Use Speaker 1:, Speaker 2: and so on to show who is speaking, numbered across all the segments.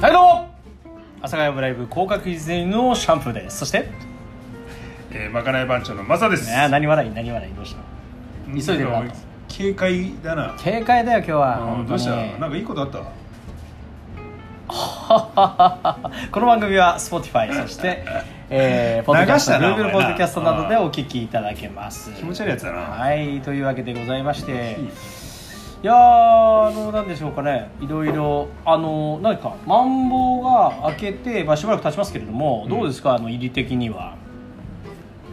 Speaker 1: はいどうも阿佐ヶ谷ブライブ広角実演のシャンプーですそしてね
Speaker 2: えー、まかない番長のマサです。
Speaker 1: え何笑い何笑いどうしたの
Speaker 2: うん
Speaker 1: 急いでる
Speaker 2: なんか警戒だな。
Speaker 1: 警戒だよ今日は
Speaker 2: う
Speaker 1: 本
Speaker 2: ん
Speaker 1: 当
Speaker 2: どうした？
Speaker 1: に
Speaker 2: なんかいいことあった？
Speaker 1: この番組は Spotify そして、え ー、ポッドキャスト
Speaker 2: 流したなお
Speaker 1: Google
Speaker 2: 前な
Speaker 1: ポッドキャストなどでお聞きいただけます
Speaker 2: 気持ち悪いやつだな
Speaker 1: はいというわけでございまして
Speaker 2: いい
Speaker 1: いやーあのなんでしょうかねいろいろあの何かマンボウが明けて、まあ、しばらく経ちますけれども、どうですかあの入り的には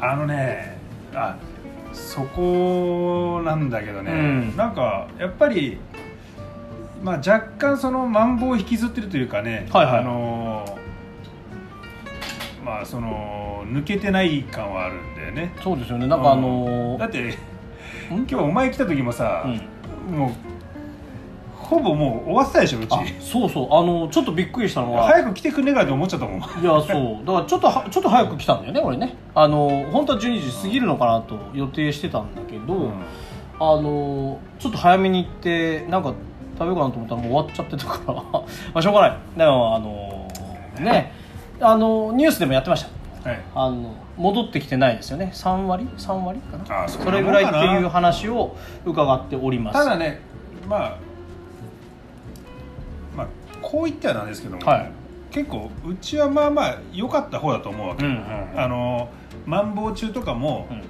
Speaker 2: あのね、あ、そこなんだけどね。
Speaker 1: うん
Speaker 2: なんかやっぱり、まあ若干そのマンボウを引きずってるというかね。
Speaker 1: はいはい
Speaker 2: あのーまあその抜けてない感はあるんだよね。
Speaker 1: そうですよねなんかあ
Speaker 2: う
Speaker 1: の
Speaker 2: んだって
Speaker 1: ん
Speaker 2: 今日お前来た時もさ、
Speaker 1: うん
Speaker 2: もうほぼもう終わってたでしょうち。
Speaker 1: あそうそうあのちょっとびっくりしたのは
Speaker 2: 早く来てくんねえかなって思っちゃったもん。
Speaker 1: いやそうだからちょっとはちょっと早く来たんだよね俺ねあの本当は12時過ぎるのかなと予定してたんだけど、あのちょっと早めに行ってなんか食べようかなと思ったらもう終わっちゃってたから まあしょうがないでもあのねあのニュースでもやってました
Speaker 2: はい。
Speaker 1: あの戻ってきてないですよね3割3割かな
Speaker 2: あそん
Speaker 1: そ
Speaker 2: な
Speaker 1: れ
Speaker 2: も
Speaker 1: ぐ
Speaker 2: んから
Speaker 1: い
Speaker 2: な
Speaker 1: っていう話を伺っております
Speaker 2: ただね、まあ、まあ、こう言ってはなんですけども、
Speaker 1: はい
Speaker 2: 結構うちはまあまあ良かった方だと思うわけ、
Speaker 1: うんうんうん
Speaker 2: あのマンボウ中とかも
Speaker 1: うん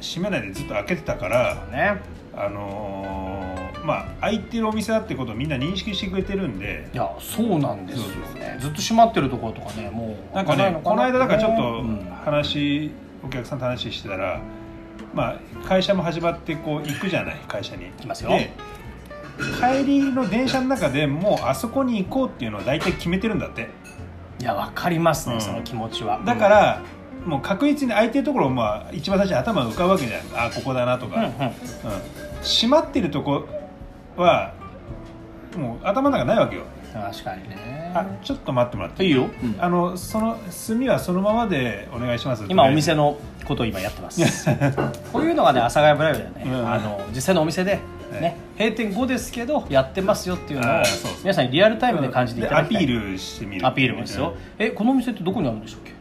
Speaker 2: 閉めないでずっと開けてたから、
Speaker 1: ね
Speaker 2: あのーまあ開いてるお店だってことをみんな認識してくれてるんで
Speaker 1: いやそうなんですよねずっと閉まってるところとかねもう
Speaker 2: なんかねこの間だからちょっと
Speaker 1: うん
Speaker 2: 話、お客さんと話してたらまあ会社も始まってこう行くじゃない会社に行
Speaker 1: きますよ
Speaker 2: で帰りの電車の中でもうあそこに行こうっていうのを大体決めてるんだって
Speaker 1: いやわかりますね、
Speaker 2: うん
Speaker 1: その気持ちは
Speaker 2: だから、もう確実に空いてるところをまあ一番最初に頭が浮かぶわけじゃんあここだなと
Speaker 1: うん、うん
Speaker 2: か、うん閉まってるとこはもう頭の中ないわけよ
Speaker 1: 確かにね
Speaker 2: あちょっと待ってもらって
Speaker 1: いいよ、
Speaker 2: あのその炭はそのままでお願いします
Speaker 1: 今お 店のことを今やってますこういうのがね阿佐ヶ谷ブライブだよね、
Speaker 2: うん
Speaker 1: あの実際のお店で、
Speaker 2: はい
Speaker 1: ね、閉店後ですけどやってますよっていうの
Speaker 2: あ
Speaker 1: を
Speaker 2: ーそうそう
Speaker 1: 皆さんにリアルタイムで感じていただきたい
Speaker 2: でアピールしてみる
Speaker 1: アピールもですよ、えこのお店ってどこにあるんでしたっけ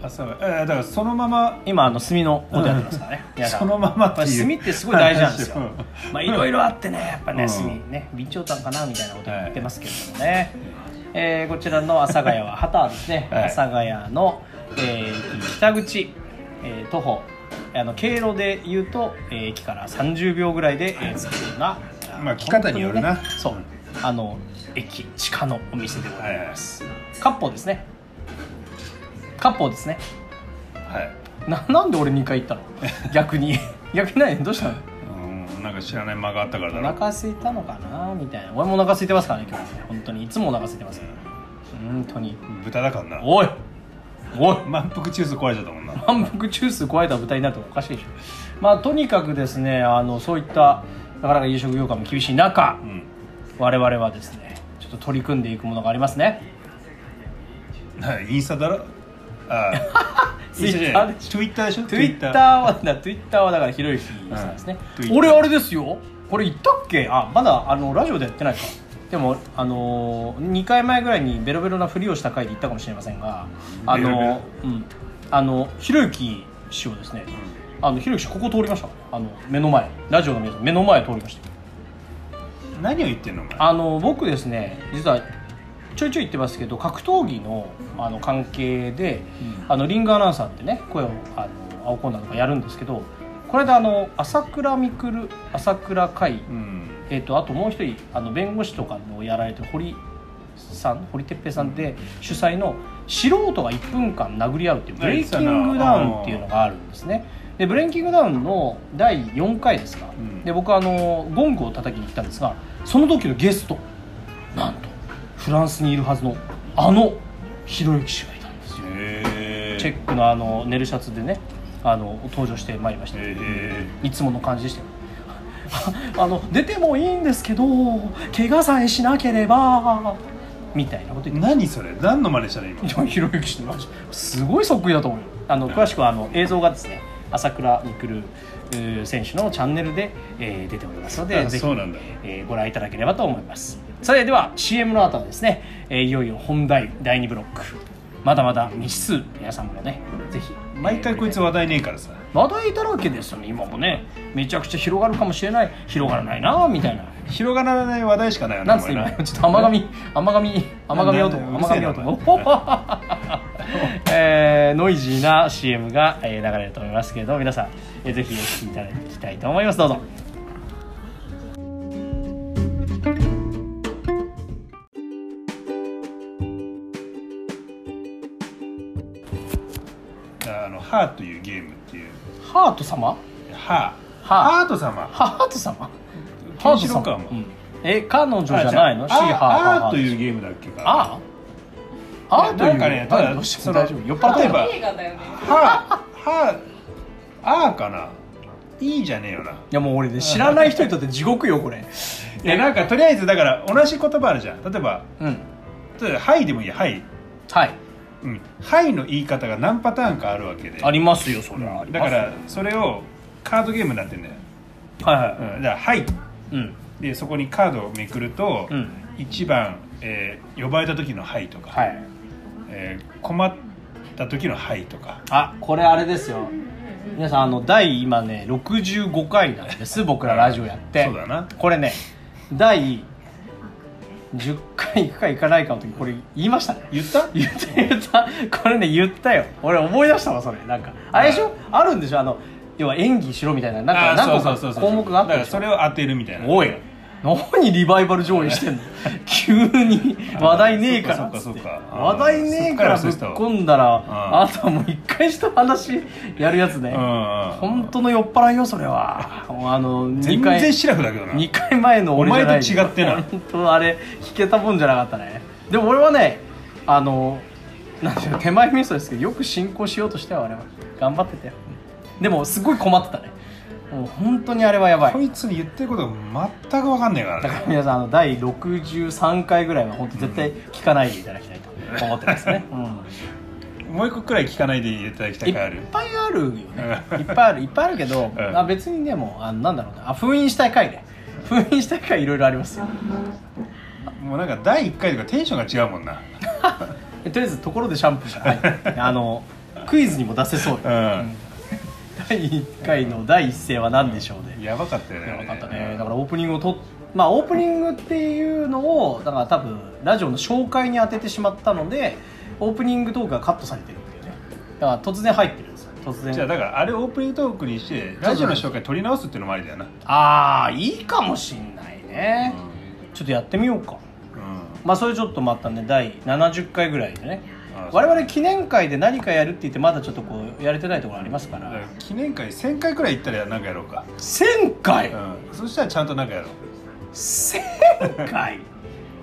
Speaker 2: あそうえーだからそのまま
Speaker 1: 今あの炭のことやってますからね、皆さん
Speaker 2: そのままっていう
Speaker 1: 炭ってすごい大事なんですよ
Speaker 2: 話を
Speaker 1: まあいろいろあってねやっぱね、
Speaker 2: うん
Speaker 1: 炭ね備長炭かなみたいなこと言ってますけれどもね、えーこちらの阿佐ヶ谷は旗ですね、
Speaker 2: はい
Speaker 1: 阿佐ヶ谷の、えー駅北口、えー徒歩あの経路で言うと、えー駅から30秒ぐらいで、えー着くような
Speaker 2: まあ来方による
Speaker 1: 本
Speaker 2: な
Speaker 1: 当にねそうあの駅地下のお店でございます、割烹ですね割烹ですね
Speaker 2: はい、
Speaker 1: ななんで俺2回行った の逆に逆に何どうしたの
Speaker 2: うん、なんか知らない間があったからだ
Speaker 1: お
Speaker 2: ろ
Speaker 1: 腹空いたのかなみたいな俺もお腹空いてますからね今日はね本当にいつもお腹空いてます本当に
Speaker 2: 豚だからな
Speaker 1: おいおい
Speaker 2: 満腹中枢壊れちゃったもんな
Speaker 1: 満腹中枢加えた豚になるとおかしいでしょまあとにかくですねあのそういったなかなか夕食業界も厳しい中
Speaker 2: うん
Speaker 1: 我々はですねちょっと取り組んでいくものがありますね
Speaker 2: なインスタだろあ あ
Speaker 1: ツイッターで
Speaker 2: ツイッターでしょ
Speaker 1: ツイッターはだツイッターはだからひろゆきさんですね、
Speaker 2: うん Twitter
Speaker 1: 俺あれですよこれ言ったっけあまだあのラジオでやってないかでもあのー、2回前ぐらいにベロベロなふりをした回で言ったかもしれませんがあ
Speaker 2: ベロベ
Speaker 1: の
Speaker 2: ロ
Speaker 1: うんあのひろゆき氏をですね、あのひろゆき氏ここ通りましたあの目の前ラジオの皆さん目の前通りました
Speaker 2: 何を言ってんのお前
Speaker 1: あの僕ですね実はちょいちょい言ってますけど格闘技のあの関係で、あのリングアナウンサーってね声をあの青コーナーとかやるんですけどこれであの朝倉未来朝倉海、
Speaker 2: うん
Speaker 1: えっとあともう一人あの弁護士とかをやられてる堀さん堀哲平さんで主催の素人が1分間殴り合うっていうブレイキングダウンっていうのがあるんですねでブレイキングダウンの第4回ですか、
Speaker 2: うん
Speaker 1: で僕はあのゴングを叩きに行ったんですがその時のゲストなんとフランスにいるはずのあのひろゆき氏がいたんですよ
Speaker 2: へえ
Speaker 1: チェックのあの寝るシャツでねあの登場してまいりました、
Speaker 2: へ
Speaker 1: いつもの感じでしたよ あの出てもいいんですけど怪我さえしなければみたいなこと
Speaker 2: え
Speaker 1: 言って
Speaker 2: 何それ何の真似したの今
Speaker 1: いやひろゆき氏の話すごいそっくりだと思うよあの詳しくはあの映像がですね朝倉未来う選手のチャンネルで、えー出ておりますので
Speaker 2: あ
Speaker 1: ぜひ
Speaker 2: そうなんだ
Speaker 1: えーご覧いただければと思いますそれでは CM の後はですね、えーいよいよ本題第2ブロックまだまだ未知数皆さんもねぜひ
Speaker 2: 毎回こいつ話題ねえからさ
Speaker 1: 話題だらけですよね今もねめちゃくちゃ広がるかもしれない広がらないなみたいな
Speaker 2: 広がらない話題しかないよ
Speaker 1: なんつって今ちょっと甘神甘神甘神男
Speaker 2: なんだ
Speaker 1: 甘神
Speaker 2: うる
Speaker 1: 男 えーノイジーな CM がえー流れると思いますけれども皆さんえーぜひお聞きいただきたいと思いますどうぞ
Speaker 2: あの「ハー」というゲームっていう
Speaker 1: ハート様
Speaker 2: 「ハー」
Speaker 1: ハー
Speaker 2: ハート様
Speaker 1: ハート様
Speaker 2: ケンシロウかも
Speaker 1: うんえ彼女じゃないの
Speaker 2: あ
Speaker 1: シーハーハー
Speaker 2: あ
Speaker 1: ハ
Speaker 2: ーという
Speaker 1: ー
Speaker 2: ゲームだっけか
Speaker 1: ああああという
Speaker 2: なんかねただ
Speaker 1: あどうした
Speaker 2: その
Speaker 1: 大丈夫酔っ払って
Speaker 2: 例え
Speaker 1: る
Speaker 2: ば
Speaker 3: 映画だよね
Speaker 2: ははあーかな。いいじゃねえよな。
Speaker 1: いやもう俺ね知らない人にとって地獄よこれ
Speaker 2: いやなんかとりあえずだから同じ言葉あるじゃん。例えば
Speaker 1: うん
Speaker 2: 例えばはいでもいいやはい。
Speaker 1: はい
Speaker 2: うん。はいの言い方が何パターンかあるわけで。
Speaker 1: ありますよそ
Speaker 2: うん
Speaker 1: れはあり
Speaker 2: だ
Speaker 1: ま
Speaker 2: か
Speaker 1: す
Speaker 2: らそれをカードゲームになってんだよ。
Speaker 1: はいは
Speaker 2: うん。だからはい
Speaker 1: いうん
Speaker 2: でそこにカードをめくると
Speaker 1: うん
Speaker 2: 一、番、えー呼ばれた時のはいとか、
Speaker 1: はい
Speaker 2: えー困った時のはいとか。
Speaker 1: あこれあれですよ皆さんあの第今ね65回なん です僕らラジオやって
Speaker 2: そうだな
Speaker 1: これね第10回行くか行かないかの時これ言いましたね
Speaker 2: 言った？
Speaker 1: 言った言ったこれね言ったよ俺思い出したわそれなんかあれでしょあるんでしょあの要は演技しろみたいななんか何
Speaker 2: あー
Speaker 1: 個か項目があった
Speaker 2: だから
Speaker 1: でし
Speaker 2: そ
Speaker 1: ょ
Speaker 2: れを当てるみたいな。
Speaker 1: おい何リバイバル上映してんの急に 話題ねえからっつ
Speaker 2: そ
Speaker 1: っ
Speaker 2: っかそってかそっか
Speaker 1: 話題ねえからぶっ込んだら
Speaker 2: あ
Speaker 1: あんたもう一回した話やるやつね
Speaker 2: うんうん。
Speaker 1: 本当の酔っ払いよそれはもうあの
Speaker 2: 全
Speaker 1: 2回
Speaker 2: 然シラフだけどな。
Speaker 1: 2回前の俺じゃない
Speaker 2: お前と違ってな
Speaker 1: 本当あれ聞けたもんじゃなかったねでも俺はねあのなんていうの手前味噌ですけどよく進行しようとしてはあれは頑張ってたよでもすごい困ってたねもう本当にあれはやばい
Speaker 2: こいつに言ってることが全く分かんないから
Speaker 1: だか
Speaker 2: ね
Speaker 1: ら皆さんあの第63回ぐらいは本当絶対聞かないでいただきたいと思ってますね、うん
Speaker 2: もう一個くらい聞かないでいただきた
Speaker 1: いっ
Speaker 2: いかある
Speaker 1: ぱいあるよね
Speaker 2: うん
Speaker 1: いっぱいあるいっぱいあるけど、
Speaker 2: うん
Speaker 1: あ別にでもあのなんだろうなあ封印したい回ね封印したい回いろいろありますよ
Speaker 2: もうなんか第1回とかテンションが違うもんな
Speaker 1: えとりあえずところでシャンプーじゃない あのクイズにも出せそうよ
Speaker 2: うん、
Speaker 1: 第1回の第一声は何でしょうね、
Speaker 2: やばかったよね
Speaker 1: 分かったねだからオープニングをとっまあオープニングっていうのをだから多分ラジオの紹介に当ててしまったのでオープニングトークがカットされてるっていうねだから突然入ってるんですよ突然
Speaker 2: じゃあだからあれオープニングトークにしてラジオの紹介取り直すっていうのもありだよな、
Speaker 1: ああいいかもしんないね、ちょっとやってみようか
Speaker 2: う
Speaker 1: まあそれちょっとまたね第70回ぐらいでね
Speaker 2: あそ
Speaker 1: 我
Speaker 2: う
Speaker 1: 々記念会で何かやるって言ってまだちょっとこうやれてないところありますか
Speaker 2: ん、だからら記念会1000回くらい行ったらなんかやろうか、
Speaker 1: 1000回
Speaker 2: うん、そしたらちゃんとなんかやろう
Speaker 1: 1000回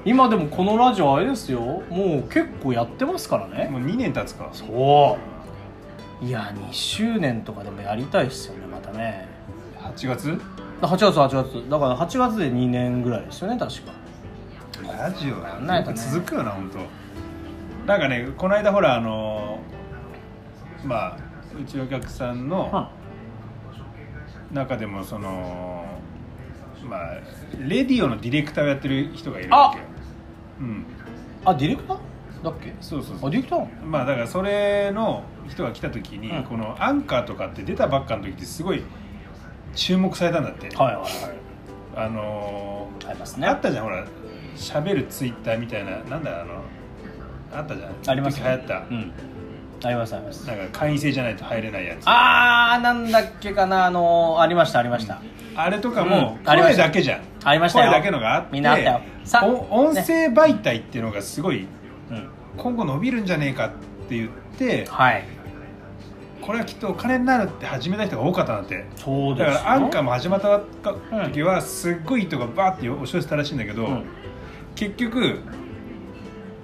Speaker 1: 今でもこのラジオあれですよもう結構やってますからね
Speaker 2: もう2年経つか
Speaker 1: そういや2周年とかでもやりたいっすよねまたね
Speaker 2: 8月
Speaker 1: 8月8月だから8月で2年ぐらいですよね確か
Speaker 2: ラジオは
Speaker 1: ないとね
Speaker 2: 続くよな本当なんかねこの間ほらあのーまあうちのお客さんの、
Speaker 1: は
Speaker 2: 中でもそのまあレディオのディレクターをやってる人がいる
Speaker 1: あ
Speaker 2: わけよ、うん、
Speaker 1: あディレクターだっけ
Speaker 2: そうそうそ
Speaker 1: あ
Speaker 2: う
Speaker 1: ディレクター
Speaker 2: まあだからそれの人が来た時に、
Speaker 1: うん
Speaker 2: このアンカーとかって出たばっかの時ってすごい注目されたんだって、
Speaker 1: はいはいはい
Speaker 2: あの
Speaker 1: あります
Speaker 2: ー
Speaker 1: ね
Speaker 2: あったじゃんほら喋るツイッターみたいななんだあのあったじゃん
Speaker 1: あります
Speaker 2: 一時流行った、
Speaker 1: うんありますあります
Speaker 2: なんか会員制じゃないと入れないやつあ
Speaker 1: あーなんだっけかなあのーありましたありました、
Speaker 2: れとかも
Speaker 1: うんありま
Speaker 2: 声
Speaker 1: した
Speaker 2: だけじゃん、
Speaker 1: ありましたよ
Speaker 2: 声だけのがあって
Speaker 1: みんなあったよさ
Speaker 2: お音
Speaker 1: ね
Speaker 2: 声媒体っていうのがすごい
Speaker 1: うん
Speaker 2: 今後伸びるんじゃねえかって言って
Speaker 1: はい
Speaker 2: これはきっとお金になるって始めた人が多かったんだって
Speaker 1: そう
Speaker 2: だ
Speaker 1: で
Speaker 2: か
Speaker 1: すよ
Speaker 2: らアンカーも始まった時はすっごい人がバーって押し寄せたらしいんだけど、
Speaker 1: うん
Speaker 2: 結局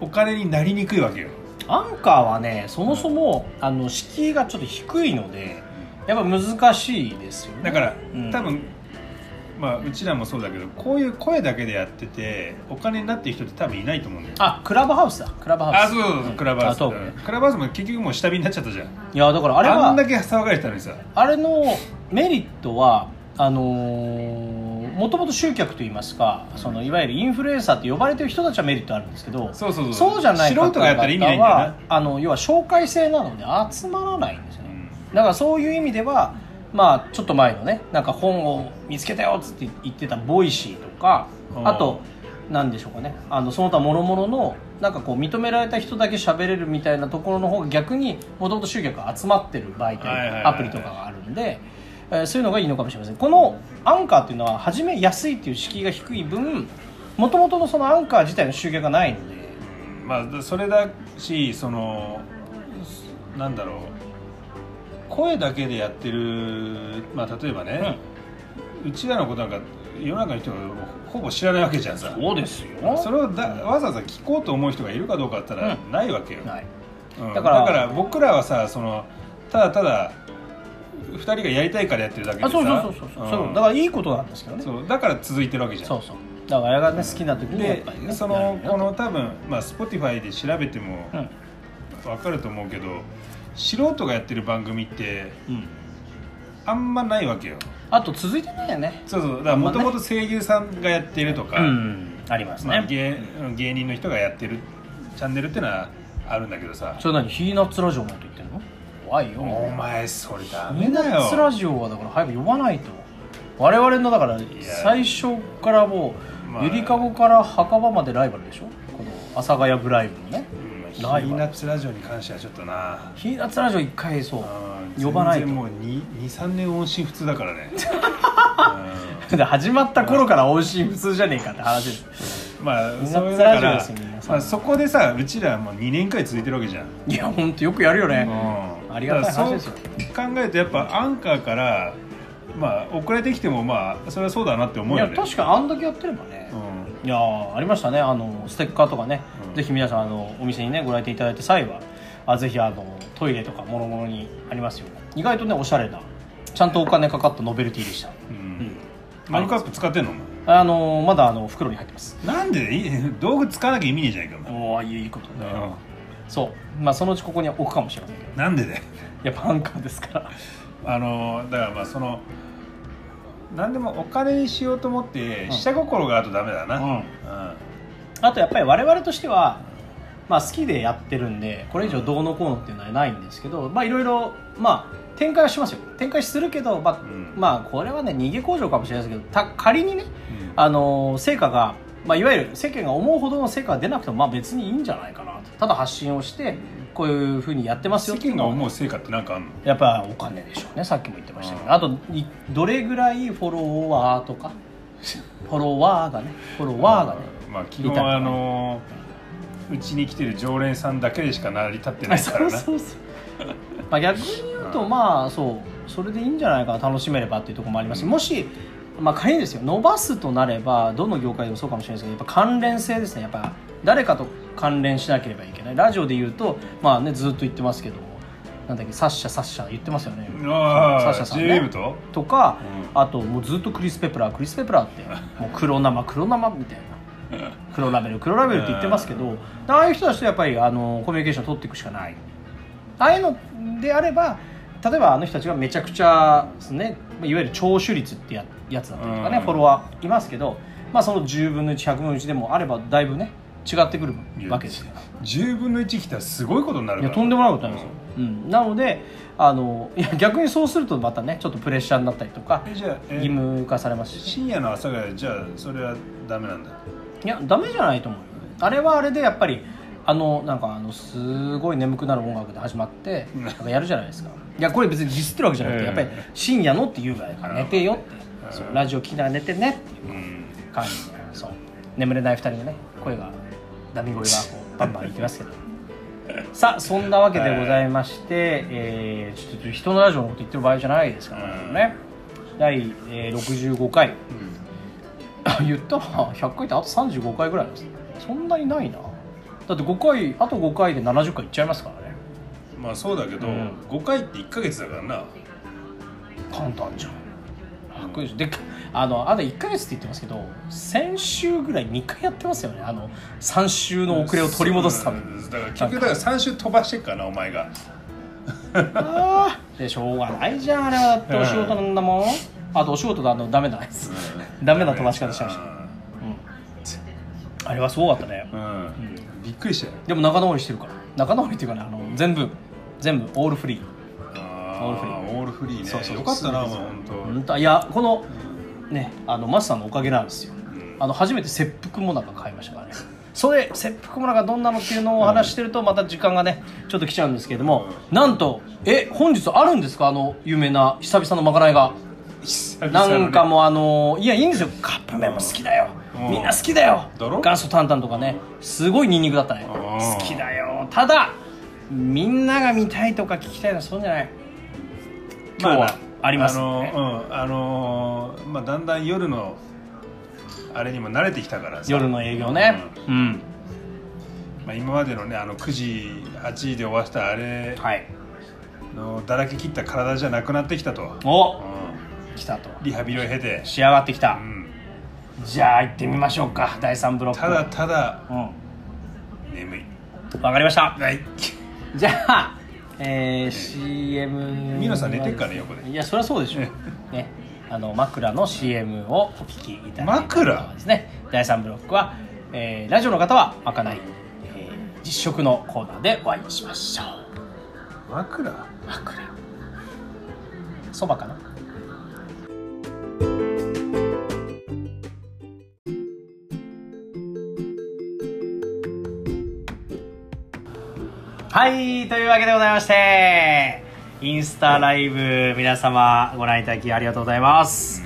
Speaker 2: お金になりにくいわけよ
Speaker 1: アンカーはねそもそも、あの敷居がちょっと低いのでやっぱ難しいですよね
Speaker 2: だから、
Speaker 1: うん
Speaker 2: 多分まあうちらもそうだけどこういう声だけでやっててお金になってる人って多分いないと思うんだよ
Speaker 1: あクラブハウスだクラブハウス
Speaker 2: あそうそうそうクラブハウス
Speaker 1: あトークね
Speaker 2: クラブハウスも結局もう下火になっちゃったじゃん
Speaker 1: いやだからあ
Speaker 2: あ
Speaker 1: れは
Speaker 2: んだけ騒がれてたのにさ
Speaker 1: あれのメリットはあのもともと集客といいますかそのいわゆるインフルエンサーって呼ばれてる人たちはメリットあるんですけど
Speaker 2: そうそうそう
Speaker 1: じゃない方
Speaker 2: 素人がやったら意味ないんだよ
Speaker 1: は
Speaker 2: な
Speaker 1: あの要は紹介制なので集まらないんですよ
Speaker 2: う
Speaker 1: ね、
Speaker 2: ん
Speaker 1: だからそういう意味ではまあちょっと前のねなんか本を見つけたよっつって言ってたボイシーとか
Speaker 2: うん
Speaker 1: あとなんでしょうかねあのその他諸々のなんかこう認められた人だけ喋れるみたいなところの方が逆にもともと集客が集まってる媒
Speaker 2: はいはいはいはい
Speaker 1: 体アプリとかがあるんで、えーそういうのがいいのかもしれませんこのアンカーっていうのは始めやすいっていう敷居が低い分もともとのそのアンカー自体の集客がないので
Speaker 2: まあそれだしそのなんだろう声だけでやってる、まあ、例えばね、うちらのことなんか世の中の人がほぼ知らないわけじゃんさ
Speaker 1: そうですよ
Speaker 2: それをだわざわざ聞こうと思う人がいるかどうかだったら
Speaker 1: う
Speaker 2: ないわけよ、
Speaker 1: はい
Speaker 2: うん
Speaker 1: だ
Speaker 2: だ
Speaker 1: か
Speaker 2: からら僕らはさそのただただ2人がやりたいからやってるだけでさ
Speaker 1: あそうそうそうそう、そううんだからいいことなんですけどね
Speaker 2: そうだから続いてるわけじゃん
Speaker 1: そうそうだからあれがね好きな時にやっ
Speaker 2: で
Speaker 1: ぱりね
Speaker 2: そ
Speaker 1: や
Speaker 2: の
Speaker 1: るよ
Speaker 2: この多分、まあ、Spotify で調べても
Speaker 1: うん
Speaker 2: わかると思うけど素人がやってる番組って
Speaker 1: うん
Speaker 2: あんまないわけよ
Speaker 1: あと続いてないよね
Speaker 2: そうそうだから
Speaker 1: あんま
Speaker 2: も
Speaker 1: ね
Speaker 2: ともと声優さんがやってるとか、
Speaker 1: うんあります
Speaker 2: まあ、
Speaker 1: ね
Speaker 2: 芸芸人の人がやってるチャンネルってのはあるんだけどさ
Speaker 1: それ何ヒーナッツラジオもと言ってるの怖いよ
Speaker 2: お前それダ
Speaker 1: ヒ
Speaker 2: メ
Speaker 1: ーナ
Speaker 2: だ
Speaker 1: ッツラ
Speaker 2: よ
Speaker 1: ジオはだから早く呼ばないと我々のだから最初からもう、
Speaker 2: まあ
Speaker 1: ゆりかごから墓場までライバルでしょこの阿佐ヶ谷ブライブのね
Speaker 2: うん
Speaker 1: い
Speaker 2: ヒ
Speaker 1: わ
Speaker 2: ーナッツラジオに関してはちょっとな
Speaker 1: ヒーナッツラジオ一回そう
Speaker 2: うん
Speaker 1: 呼ばない
Speaker 2: 全然
Speaker 1: と
Speaker 2: もう23年音信不通だか らね、
Speaker 1: で始まった頃から音信不通じゃねえかって話です
Speaker 2: うんまあ
Speaker 1: ヒーナ
Speaker 2: そ
Speaker 1: ッ
Speaker 2: れ
Speaker 1: ツ
Speaker 2: だ
Speaker 1: ラジオ
Speaker 2: か
Speaker 1: で
Speaker 2: ら
Speaker 1: すよ皆、さん
Speaker 2: まあ、そこでさうちらもう2年くらい続いてるわけじゃん
Speaker 1: いやほんとよくやるよね、
Speaker 2: うん
Speaker 1: ありがたい話ですよ
Speaker 2: だからそう考えるとやっぱアンカーからまあ遅れてきてもまあそれはそうだなって思
Speaker 1: いう
Speaker 2: よ
Speaker 1: や
Speaker 2: ね
Speaker 1: 確かにあんだけやってればね、
Speaker 2: うん
Speaker 1: いやーありましたねあのステッカーとかね、
Speaker 2: うん
Speaker 1: ぜひ皆さんあのお店にねご来店いただいた際はあぜひあのトイレとかもろもろにありますよ意外とねおしゃれなちゃんとお金かかったノベルティでした
Speaker 2: うん
Speaker 1: ん
Speaker 2: マグカップ使ってんのお前
Speaker 1: あのーまだあの袋に入ってます
Speaker 2: なんでいい 道具使わなきゃ意味ねえじゃないかお前
Speaker 1: おおいいことね
Speaker 2: うん
Speaker 1: そうまあそのうちここに置くかもしれませんけど
Speaker 2: なんで だよ
Speaker 1: やっぱアンカーですから
Speaker 2: あのだからまあその何でもお金にしようと思って
Speaker 1: うん
Speaker 2: 下心があるとダメだな、
Speaker 1: うんあとやっぱり我々としては、まあ、好きでやってるんでこれ以上どうのこうのっていうのはないんですけどまあいろいろまあ展開はしますよ展開するけど、まあ
Speaker 2: うん
Speaker 1: まあこれはね逃げ工場かもしれないですけどた仮にね、
Speaker 2: うん
Speaker 1: あのー成果が、まあ、いわゆる世間が思うほどの成果が出なくてもまあ別にいいんじゃないかなとただ発信をしてこういうふうにやってますよ
Speaker 2: 世
Speaker 1: っていうの
Speaker 2: 間が
Speaker 1: は
Speaker 2: 思う成果ってなんかあんの
Speaker 1: やっぱお金でしょうねさっきも言ってましたけど、
Speaker 2: うん
Speaker 1: あといどれぐらいフォロワーとかフォロワーがねフォロワーがね
Speaker 2: まあ基本はあのうちに来てる常連さんだけでしか成り立ってないか
Speaker 1: そ
Speaker 2: ら
Speaker 1: う
Speaker 2: な
Speaker 1: そうそうまあ逆に言うとまあそうそれでいいんじゃないかな楽しめればっていうところもありますしもしまあ仮にですよ伸ばすとなればどの業界でもそうかもしれないですけどやっぱ関連性ですねやっぱ誰かと関連しなければいけないラジオで言うとまあねずっと言ってますけどなんだっけサッシャサッシャ言ってますよねサッ
Speaker 2: あ
Speaker 1: シャ
Speaker 2: あ
Speaker 1: さんね
Speaker 2: JM と
Speaker 1: とか、
Speaker 2: う
Speaker 1: あともうずっとクリス・ペプラークリス・ペプラー ってもう黒生黒生みたいな黒ラベル黒ラベルって言ってますけどああいう人たちとやっぱりあのコミュニケーション取っていくしかないああいうのであれば例えばあの人たちがめちゃくちゃですねいわゆる聴取率ってややつだったりとかね、
Speaker 2: うん
Speaker 1: フォロワーいますけど、まあ、その10分の1100分の1でもあればだいぶね違ってくるわけですよ
Speaker 2: 10分の1来たらすごいことになる
Speaker 1: い
Speaker 2: か
Speaker 1: や
Speaker 2: ら
Speaker 1: とんでもないことなんですよ、うんなのであのいや逆にそうするとまたねちょっとプレッシャーになったりとか
Speaker 2: えじゃあ、え
Speaker 1: 義務化されますし
Speaker 2: 深夜の阿佐ヶ谷じゃあそれはダメなんだ
Speaker 1: いやダメじゃないと思うよあれはあれでやっぱりあのなんかあのすごい眠くなる音楽で始まって
Speaker 2: うん
Speaker 1: なんかやるじゃないですかいやこれ別にディスってるわけじゃなくて、
Speaker 2: ええ
Speaker 1: やっぱり深夜のって言うぐらいだから寝てよって、
Speaker 2: うん
Speaker 1: そうラジオ聴きながら寝てねっていう
Speaker 2: うん
Speaker 1: 感じそう眠れない2人のね声がダミ声がこうバンバンいきますけどさあそんなわけでございまして、えーちょっと人のラジオのこと言ってる場合じゃないですからね,、
Speaker 2: うん
Speaker 1: 第、えー65回あ言ったわ100回ってあと35回ぐらいですそんなにないなだって5回あと5回で70回いっちゃいますからね
Speaker 2: まあそうだけど、
Speaker 1: うん
Speaker 2: 5回って1か月だからな
Speaker 1: 簡単じゃんっこいいでしょでかあのあと1か月って言ってますけど先週ぐらい2回やってますよねあの3週の遅れを取り戻すために
Speaker 2: うんだから結局だから3週飛ばしてっからなお前が
Speaker 1: あーでしょうがないじゃんあれはだってお仕事なんだもん、あとお仕事だのダメなやつ、ダメな飛ばし方しちゃいましたうんあれはすごかったね
Speaker 2: うん、うん、びっくりしたよ
Speaker 1: でも仲直りしてるから仲直りっていうかねあの全部全部オールフリー
Speaker 2: オオールフリーね
Speaker 1: そうそう
Speaker 2: よかったなもう本当、
Speaker 1: 本当いやこのねあのマスさんのおかげなんですよ、
Speaker 2: ん
Speaker 1: あの初めて切腹もなか買いましたからねそれ切腹もなかどんなのっていうのをお話ししてるとまた時間がねちょっと来ちゃうんですけれども、なんとえ本日あるんですかあの有名な久々のまかないが
Speaker 2: 久々
Speaker 1: な
Speaker 2: のね
Speaker 1: んかもうあのいやいいんですよカップ麺も好きだよ、
Speaker 2: うん
Speaker 1: みんな好きだよ
Speaker 2: だろ
Speaker 1: 元祖担々とかねすごいニンニクだったね
Speaker 2: うん
Speaker 1: 好きだよただみんなが見たいとか聞きたいのはそうじゃない今日はあります
Speaker 2: あ
Speaker 1: よね
Speaker 2: のうんあのーまあだんだん夜のあれにも慣れてきたからさ
Speaker 1: 夜の営業ねうん、
Speaker 2: まあ、今までのねあの9時8時で終わったあれ
Speaker 1: はい
Speaker 2: のだらけ切った体じゃなくなってきたと、
Speaker 1: お
Speaker 2: う
Speaker 1: 来たと
Speaker 2: ん、リハビリを経て、
Speaker 1: 仕上がってきた
Speaker 2: う、ん、
Speaker 1: じゃあ行ってみましょうか第3ブロック
Speaker 2: ただただ
Speaker 1: うん
Speaker 2: 眠い
Speaker 1: わかりました
Speaker 2: はい
Speaker 1: じゃあえー、CM
Speaker 2: ミノさん寝てっからね横で
Speaker 1: いやそりゃそうでしょ
Speaker 2: え
Speaker 1: ねあの枕の CM をお聞きいただいた
Speaker 2: 枕
Speaker 1: ですね第3ブロックは、えーラジオの方は開かない、えー実食のコーナーでお会いしましょう
Speaker 2: 枕
Speaker 1: 枕そばかなはい、というわけでございまして、インスタライブ、皆様ご覧いただきありがとうございます。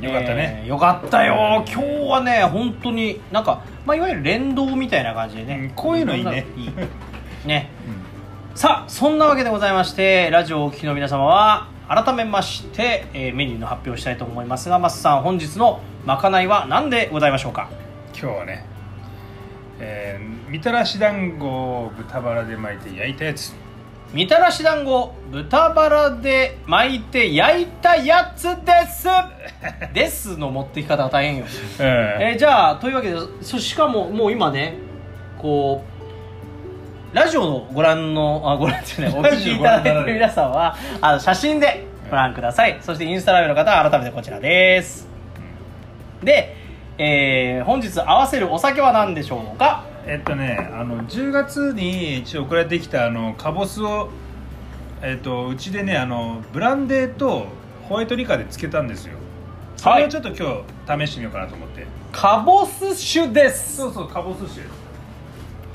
Speaker 2: よかったね、
Speaker 1: えーよかったよ。今日はね、本当になんか、まあ、いわゆる連動みたいな感じでね。
Speaker 2: うんこういうのいいね
Speaker 1: いいね。さあ、そんなわけでございまして、ラジオをお聞きの皆様は、改めまして、えーメニューの発表をしたいと思いますが、マスさん、本日のまかないは何でございましょうか
Speaker 2: 今日はね、えーみたらし団子を豚バラで巻いて焼いたやつ
Speaker 1: みたらし団子豚バラで巻いて焼いたやつですですの持ってき方が大変よ、
Speaker 2: うん
Speaker 1: えーじゃあというわけでそしかももう今ねこうラジオのご覧のあご覧じゃ ないお聞きいただいてる皆さんはあの写真でご覧くださいそしてインスタライブの方は改めてこちらですで、えー本日合わせるお酒は何でしょうか
Speaker 2: えっとねあの10月に一応送られてきたあのカボスをえっとうちでねあのブランデーとホワイトリカーでつけたんですよそれをちょっと今日試してみようかなと思って、
Speaker 1: カボス酒です
Speaker 2: そうそうカボス酒です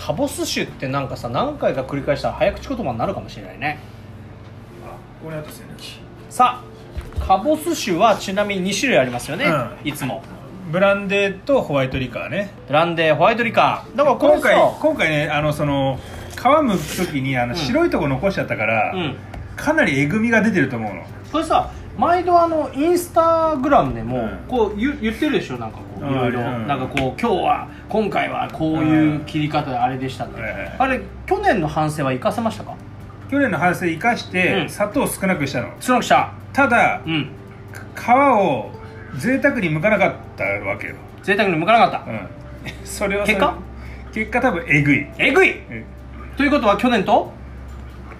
Speaker 1: カボス酒ってなんかさ何回か繰り返したら早口言葉になるかもしれないね
Speaker 2: あここにあったっすよね
Speaker 1: さあカボス酒はちなみに2種類ありますよね、
Speaker 2: うん
Speaker 1: いつも
Speaker 2: ブランデーとホワイトリカーね
Speaker 1: ブランデーホワイトリカーだから
Speaker 2: 今
Speaker 1: 今
Speaker 2: 回
Speaker 1: 回
Speaker 2: 今回ねあのその皮むく時にあの
Speaker 1: ん
Speaker 2: 白いとこ残しちゃったから、
Speaker 1: うん
Speaker 2: かなりえぐみが出てると思うの
Speaker 1: これさ毎度あのインスタグラムでも、
Speaker 2: うん
Speaker 1: こう言言ってるでしょなんかこう
Speaker 2: うん
Speaker 1: いろいろ、
Speaker 2: うん
Speaker 1: なんかこう今日は今回はこういう切り方であれでしたって、
Speaker 2: うんはいはい
Speaker 1: あれ去年の反省は生かせましたか
Speaker 2: 去年の反省生かして、
Speaker 1: うん
Speaker 2: 砂糖少なくしたの
Speaker 1: つなぐした
Speaker 2: ただ
Speaker 1: うん
Speaker 2: 皮を贅沢に剥かなかったわけよ、
Speaker 1: 贅沢に向かなか
Speaker 2: う
Speaker 1: っ
Speaker 2: ん、それはそれ
Speaker 1: 結果
Speaker 2: 結果多分えぐい
Speaker 1: たえぐい
Speaker 2: うん
Speaker 1: ということは去年と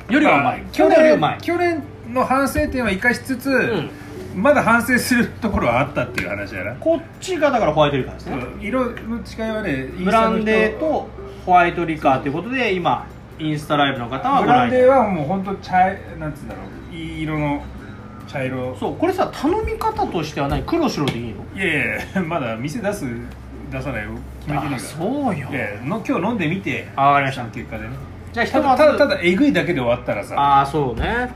Speaker 1: よりはうまい
Speaker 2: まあ
Speaker 1: 去年よりはうまい
Speaker 2: 去年の反省点は生かしつつ、
Speaker 1: ん
Speaker 2: まだ反省するところはあったっていう話やな、
Speaker 1: こっちがだからホワイトリカーですね、
Speaker 2: うん色の違いはねインスタの人
Speaker 1: ブランデーとホワイトリカーということで今インスタライブの方は
Speaker 2: ブ
Speaker 1: ご
Speaker 2: ラ
Speaker 1: 覧
Speaker 2: ン
Speaker 1: い
Speaker 2: デ
Speaker 1: た
Speaker 2: ー
Speaker 1: だ
Speaker 2: はもう本当茶なんつうんだろういい色の茶色
Speaker 1: そうこれさ頼み方としては何黒白でいいの
Speaker 2: いやいやまだ店出す出さないを決めてないから
Speaker 1: そうよ
Speaker 2: いやいやの今日飲んでみて
Speaker 1: あわかりました
Speaker 2: の結果でね
Speaker 1: じゃあひ
Speaker 2: た
Speaker 1: とま
Speaker 2: だ
Speaker 1: ず
Speaker 2: ただただえぐいだけで終わったらさ、
Speaker 1: ああそうね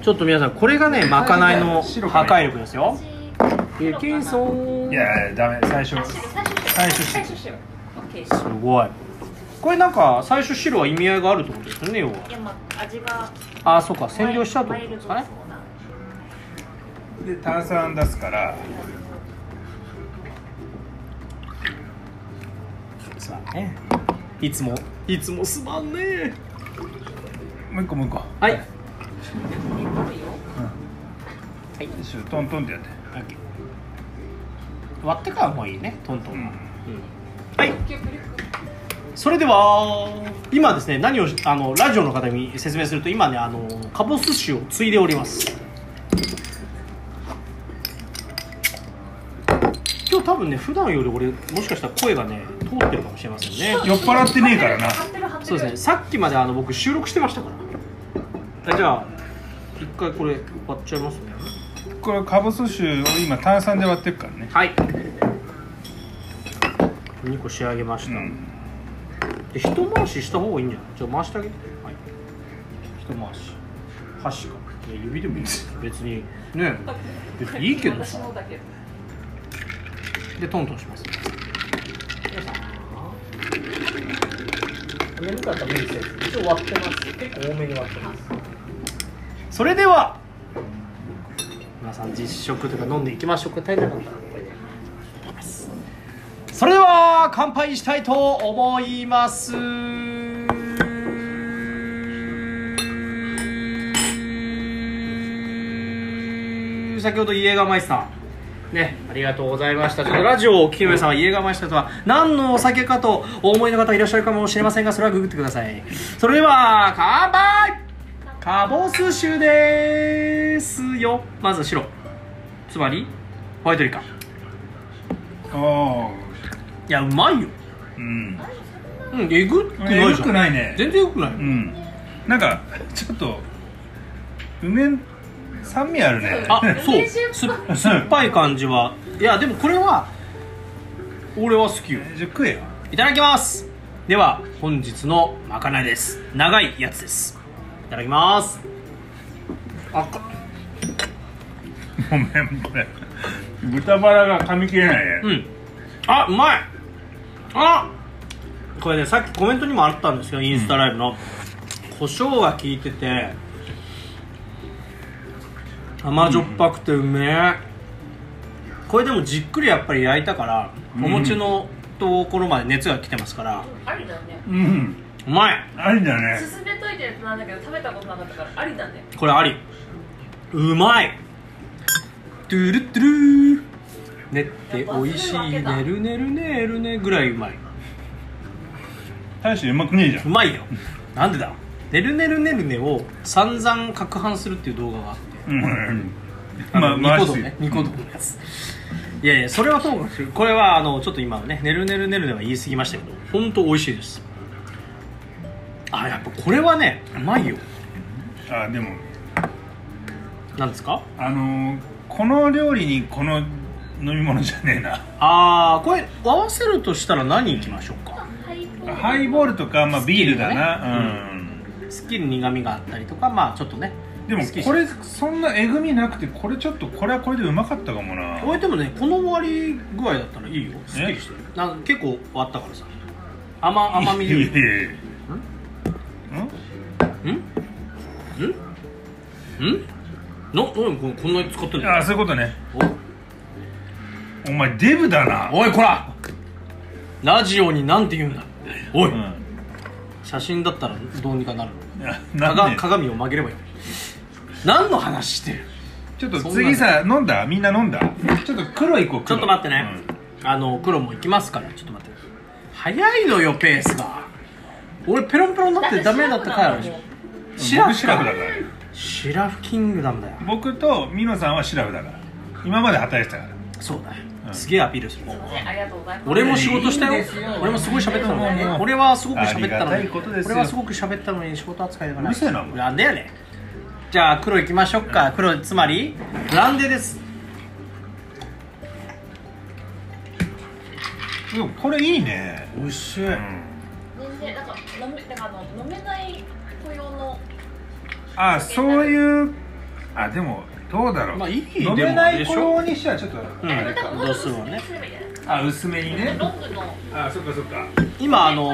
Speaker 2: う
Speaker 1: ちょっと皆さんこれがねまかないの
Speaker 2: 白
Speaker 1: 破
Speaker 2: かね
Speaker 1: 壊力ですよえケンソン
Speaker 2: ん、いやいやダメ最初最初
Speaker 3: 最初しよう。オッケー。
Speaker 1: すごいこれなんか最初白は意味合いがあるってことですよね要はい
Speaker 3: やまあ味が
Speaker 1: ああそうか占領しちゃうってことですかね
Speaker 2: で炭酸出すから
Speaker 1: すまんねいつもいつもすまんね
Speaker 2: もう一個もう一個
Speaker 1: はい
Speaker 2: シュトントンってやって
Speaker 1: オッケー割ってからの方がいいねトントン、
Speaker 2: う
Speaker 1: うん
Speaker 2: ん
Speaker 1: はいそれでは今ですね何をあのラジオの方に説明すると今ねあのカボス酒を継いでおります今日多分ね普段より俺もしかしたら声がね通ってるかもしれませんね
Speaker 2: 酔っ払ってねえからな
Speaker 3: 貼ってる貼ってる
Speaker 1: そうですねさっきまであの僕収録してましたからあじゃあ一回これ割っちゃいますね
Speaker 2: これカボス酒を今炭酸で割ってるからね
Speaker 1: はい2個仕上げました、
Speaker 2: うん
Speaker 1: で一回しした方がいいんじゃないちょっと回してあげて、はい、一回し箸かいや指でもいいです別にね別にいいけど
Speaker 3: 私
Speaker 1: さ
Speaker 3: のだけど
Speaker 1: でトントンします眠かったら無理せず一応割ってます結構多めに割ってますそれでは皆さん実食とか飲んでいきましょうか足りなかったらこれでそれでは乾杯したいと思います先ほどイエーガーマイスターねありがとうございましたちょっとラジオをお聞きの皆さんはイエーガーマイスターとは何のお酒かとお思いの方いらっしゃるかもしれませんがそれはググってくださいそれでは乾杯カボス酒ですよまず白つまりホワイトリカ
Speaker 2: ああ
Speaker 1: いやうまいよ
Speaker 2: うん
Speaker 1: うんえぐくないじゃん
Speaker 2: えぐくないね
Speaker 1: 全然えぐくない、
Speaker 2: うんなんかちょっと梅酸味あるね
Speaker 1: あそう
Speaker 3: 梅酒っぽい
Speaker 1: す酸っぱい感じはいやでもこれは俺は好きよ
Speaker 2: じゃあ食えよ
Speaker 1: いただきますでは本日のまかないです長いやつですいただきますあか
Speaker 2: ごめんこれ豚バラが噛み切れないね、
Speaker 1: うんあうまいあこれねさっきコメントにもあったんですけどインスタライブの、胡椒が効いてて甘じょっぱくてうめえ、これでもじっくりやっぱり焼いたから、
Speaker 2: うん
Speaker 1: お餅のところまで熱が来てますから
Speaker 3: ありだね
Speaker 2: うん
Speaker 1: うまい
Speaker 2: ありだね
Speaker 3: 進めといてるやつなんだけど食べたことなかったからありだね
Speaker 1: これありうまいトゥルットゥルー練っておいしいねるねるねるねぐらいうまい
Speaker 2: 大してうまくねえじゃ
Speaker 1: うまいよなんでだ「ねるねるねるね」を散々攪拌するっていう動画があって
Speaker 2: んうん
Speaker 1: あのニ
Speaker 2: 回
Speaker 1: コ
Speaker 2: し
Speaker 1: 動
Speaker 2: て
Speaker 1: ねニコ動のやついやいやそれはそうかもしれないこれはあのちょっと今のね「ねるねるねるね」は言い過ぎましたけど本当美味しいですあやっぱこれはねうまいよ
Speaker 2: あでも
Speaker 1: なんですか
Speaker 2: あのーこの料理にこの飲み物じゃねえな
Speaker 1: ああこれ合わせるとしたら何いきましょうか
Speaker 3: ハイボール
Speaker 2: ハイボールとか、まあ、ビールだな、
Speaker 1: すっきり苦みがあったりとかまあちょっとね
Speaker 2: うんでも
Speaker 1: すっきり
Speaker 2: これそんなえぐみなくてこれちょっとこれはこれでうまかったかもな
Speaker 1: これでもねこの割り具合だったらいいよすっきりしてるなん結構割ったからさ甘甘み
Speaker 2: い
Speaker 1: で
Speaker 2: やいやいや
Speaker 1: ん
Speaker 2: ん
Speaker 1: んんのおいここんなに使ってんの
Speaker 2: ああそういうことねお前デブだな
Speaker 1: おいこらラジオになんて言うんだおい、
Speaker 2: うん
Speaker 1: 写真だったらどうにかなる
Speaker 2: いや
Speaker 1: か
Speaker 2: なん
Speaker 1: が
Speaker 2: で
Speaker 1: 鏡を曲げればいい何の話してる
Speaker 2: ちょっと次さ飲んだみんな飲んだちょっと黒いこう
Speaker 1: ちょっと待ってね、あの黒も行きますからちょっと待って早いのよペースが俺ペロンペロンだってダメだったから
Speaker 3: シラフなの
Speaker 1: シラフか
Speaker 2: シラフシラフだ
Speaker 3: も
Speaker 2: から
Speaker 1: シラフキングダムだよ
Speaker 2: 僕とミノさんはシラフだから今まで働いてたから
Speaker 1: そうだよ、
Speaker 2: うん
Speaker 1: すげえアピールする
Speaker 3: うねありがとうございます
Speaker 1: 俺も仕事したよ
Speaker 2: いいんですよ
Speaker 1: 俺もすごい喋ってたのに
Speaker 2: もうもう
Speaker 1: 俺はすごく喋った
Speaker 2: あ
Speaker 1: の
Speaker 2: りがた
Speaker 1: に
Speaker 2: いことですよ
Speaker 1: 俺はすごく喋ったのに仕事扱いだから
Speaker 2: うるせえなお前
Speaker 1: なんでやねんじゃあ黒いきましょうか黒つまりブランデです
Speaker 2: でもこれいいね
Speaker 1: 美味しい
Speaker 3: 全然なんか飲めなんかあの飲めない雇用の
Speaker 2: あそういうあでもどうだろう、
Speaker 1: まあいい
Speaker 2: 飲
Speaker 1: で
Speaker 2: め
Speaker 1: も
Speaker 2: ない
Speaker 1: でしょ
Speaker 2: 頃にしてはちょっと、
Speaker 1: ん
Speaker 2: あれ
Speaker 3: 多
Speaker 2: か
Speaker 3: 分
Speaker 1: どうするわね
Speaker 3: もっと薄めにすればいいんじゃない
Speaker 2: あ薄めにね
Speaker 3: ロングの
Speaker 2: あそっかそっか
Speaker 1: 今あの